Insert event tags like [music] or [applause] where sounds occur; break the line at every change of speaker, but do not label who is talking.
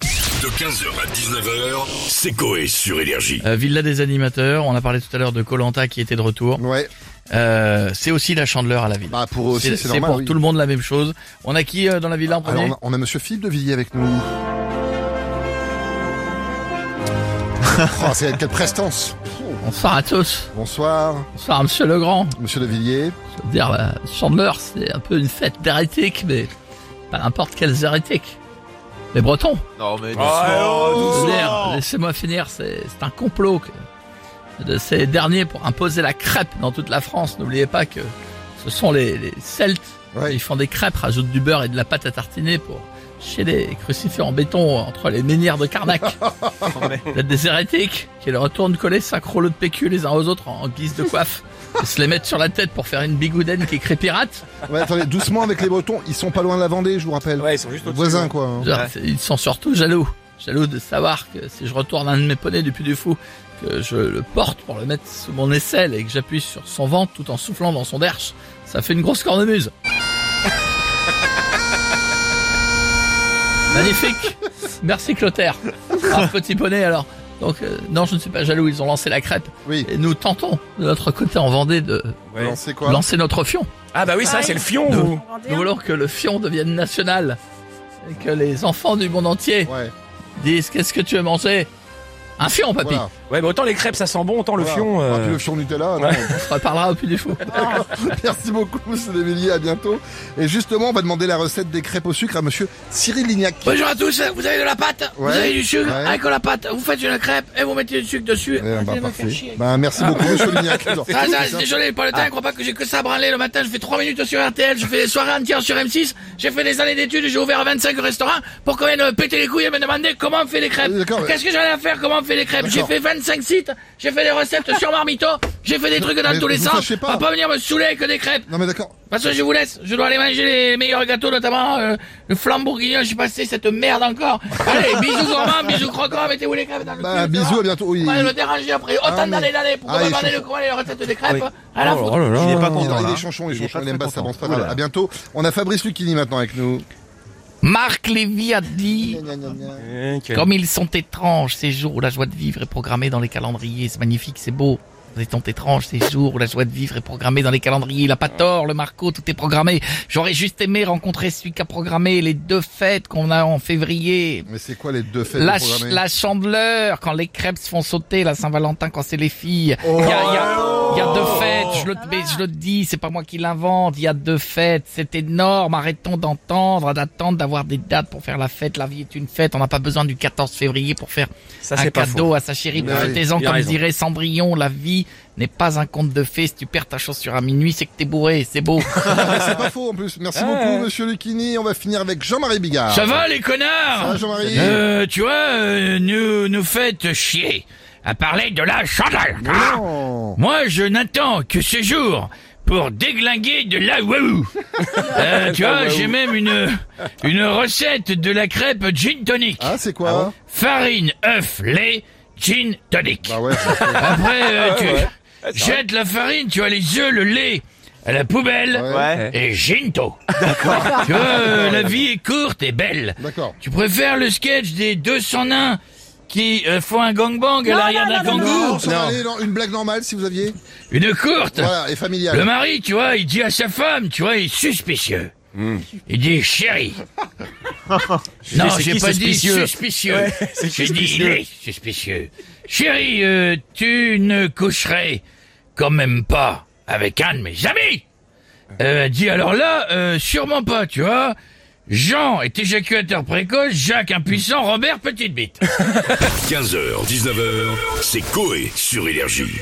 De 15h à 19h, c'est Coé sur Énergie.
Euh, Villa des animateurs, on a parlé tout à l'heure de Colanta qui était de retour.
Ouais,
Euh, c'est aussi la chandeleur à la ville.
bah pour eux aussi, c'est
c'est
normal.
pour
oui.
tout le monde la même chose. On a qui euh, dans la villa en
Alors,
premier
on a, on a Monsieur Philippe de Villiers avec nous. oh, c'est quelle prestance
Bonsoir à tous.
Bonsoir,
Bonsoir à Monsieur Legrand.
Monsieur de Villiers.
Dire la chandeleur, c'est un peu une fête d'hérétiques, mais pas n'importe quelles hérétiques. Les Bretons.
Non mais
Venir, Laissez-moi finir, c'est c'est un complot que- de ces derniers pour imposer la crêpe dans toute la France. N'oubliez pas que ce sont les, les Celtes.
Ouais.
Ils font des crêpes, rajoutent du beurre et de la pâte à tartiner pour chez les crucifix en béton entre les menhirs de Carnac. [laughs] Vous êtes des hérétiques qui leur retournent coller cinq rouleaux de PQ les uns aux autres en, en guise de coiffe. Et se les mettre sur la tête pour faire une bigoudaine qui crée pirate.
Ouais, attendez, doucement avec les Bretons, ils sont pas loin de la Vendée, je vous rappelle.
Ouais, ils sont juste au-dessus.
Voisins quoi. hein.
Genre, c'est- Ils sont surtout jaloux. Jaloux de savoir que si je retourne un de mes poneys du Puy du Fou, que je le porte pour le mettre sous mon aisselle et que j'appuie sur son ventre tout en soufflant dans son derche, ça fait une grosse cornemuse. Magnifique Merci Clotaire. Un petit poney alors. Donc euh, non, je ne suis pas jaloux, ils ont lancé la crêpe.
Oui.
Et nous tentons de notre côté en Vendée de
Ouais.
Lancez quoi
lancer notre fion.
Ah bah oui, ça c'est le fion. vous.
Nous voulons que le fion devienne national et que les enfants du monde entier
Ouais,
disent qu'est-ce que tu as mangé Un fion, papy.
voilà.
Ouais, mais autant les crêpes ça sent bon, autant le
Voilà.
fion. euh,
Ah, puis le fion Nutella, non. [laughs]
On se reparlera au plus du fou.
Merci beaucoup, Monsieur de Villiers, à bientôt. Et justement, on va demander la recette des crêpes au sucre à Monsieur Cyril Lignac.
[laughs] Bonjour à tous, vous avez de la pâte,
Ouais. Ouais.
la pâte, vous faites une crêpe et vous mettez du sucre dessus.
Eh, bah, parfait. Bah, merci beaucoup, Monsieur
[laughs]
Lignac.
Ah,
[laughs]
ça, désolé, pas le temps, crois pas que j'ai que ça à branler le matin, je fais 3 minutes sur RTL, je fais des soirées entières sur M6, j'ai fait des années d'études, j'ai ouvert 25 restaurants pour qu'on vienne me péter les couilles et me demander comment on fait les crêpes.
Ah, d'accord.
Qu'est-ce que j'allais à faire, comment on fait les crêpes J'ai
D'accord.
fait 25 sites, j'ai fait des recettes sur Marmito, j'ai fait des trucs dans
Mais
tous les
vous
sens,
sachez pas.
on va pas venir me saouler avec des crêpes.
Non mais d'accord.
Parce que je vous laisse, je dois aller manger les meilleurs gâteaux, notamment euh, le flambe bourguignon, j'ai passé cette merde
[laughs]
encore. Allez, bisous gourmands, bisous croquants, mettez-vous les crêpes dans le
Bah,
cul,
bisous,
ça
à bientôt. Oui,
va. On va
il-
le déranger après autant
Ah, mais-
d'années d'années pour
Ah,
me
il
demander
faut-
le coin et les recettes des crêpes. hein, À la foutre.
Il est pas
Il,
content
il
là.
est chanchon, il est
Il est
chanchon,
pas
il aime
très
pas, ça
content.
avance pas mal.
Oula.
À bientôt. On a Fabrice Lucchini maintenant avec nous.
Marc Lévy a dit,
Ok.
comme ils sont étranges ces jours où la joie de vivre est programmée dans les calendriers, c'est magnifique, c'est beau. Ils sont étranges ces jours où la joie de vivre est programmée dans les calendriers. Il a pas tort, le Marco, tout est programmé. J'aurais juste aimé rencontrer celui qui a programmé les deux fêtes qu'on a en février.
Mais c'est quoi les deux fêtes
La, ch-
[laughs] programmées
la chandeleur, quand les crêpes se font sauter, la Saint-Valentin, quand c'est les filles. Il y, a, il y a- il y a deux fêtes, je le, mais je le dis, c'est pas moi qui l'invente, il y a deux fêtes, c'est énorme, arrêtons d'entendre, d'attendre, d'avoir des dates pour faire la fête, la vie est une fête, on n'a pas besoin du 14 février pour faire
Ça
un
c'est pas
cadeau
faux.
à sa chérie,
Mais oui,
profitez-en
il a
comme
raison.
dirait Cendrillon, la vie n'est pas un conte de fées, si tu perds ta chaussure à minuit, c'est que t'es bourré, c'est
[laughs]
beau.
Ah, C'est pas faux en plus. Merci
Ah,
beaucoup
ouais.
Monsieur Lucchini. On va finir avec Jean-Marie Bigard.
Ça va les connards
Ça va, Jean-Marie
Euh, tu vois, euh, nous nous faites chier à parler de la chandelle. Ah
Non.
Moi, je n'attends que ce jour pour déglinguer de la waouh. Euh, tu vois, j'ai même une une recette de la crêpe gin tonic.
Ah c'est quoi
Farine, œuf, lait, gin tonic.
Bah ouais.
[laughs]
c'est-
Après, euh, tu jettes la farine, tu as les œufs, le lait à la poubelle
Ouais.
et ginto. Tu vois, euh, la vie est courte et belle.
D'accord.
Tu préfères le sketch des 200 nains qui euh, font un gangbang à l'arrière d'un
Non,
kangourou
ça va aller, non, une blague normale si vous aviez.
Une courte
Voilà, et
Le
familiale.
mari, tu vois, il dit à sa femme, tu vois, il est suspicieux.
Hmm.
Il dit
[laughs]
chérie. non,
c'est
j'ai
qui,
pas dit
suspicieux
suspicieux.
Ouais, c'est
j'ai dit il
suspicieux.
est suspicieux. Chérie, euh, tu ne coucherais quand même pas avec un de mes amis. Euh, elle dit alors là, euh, sûrement pas, tu vois. Jean est éjaculateur précoce, Jacques impuissant, Robert petite bite.
15h, 19h, c'est Coé sur Énergie.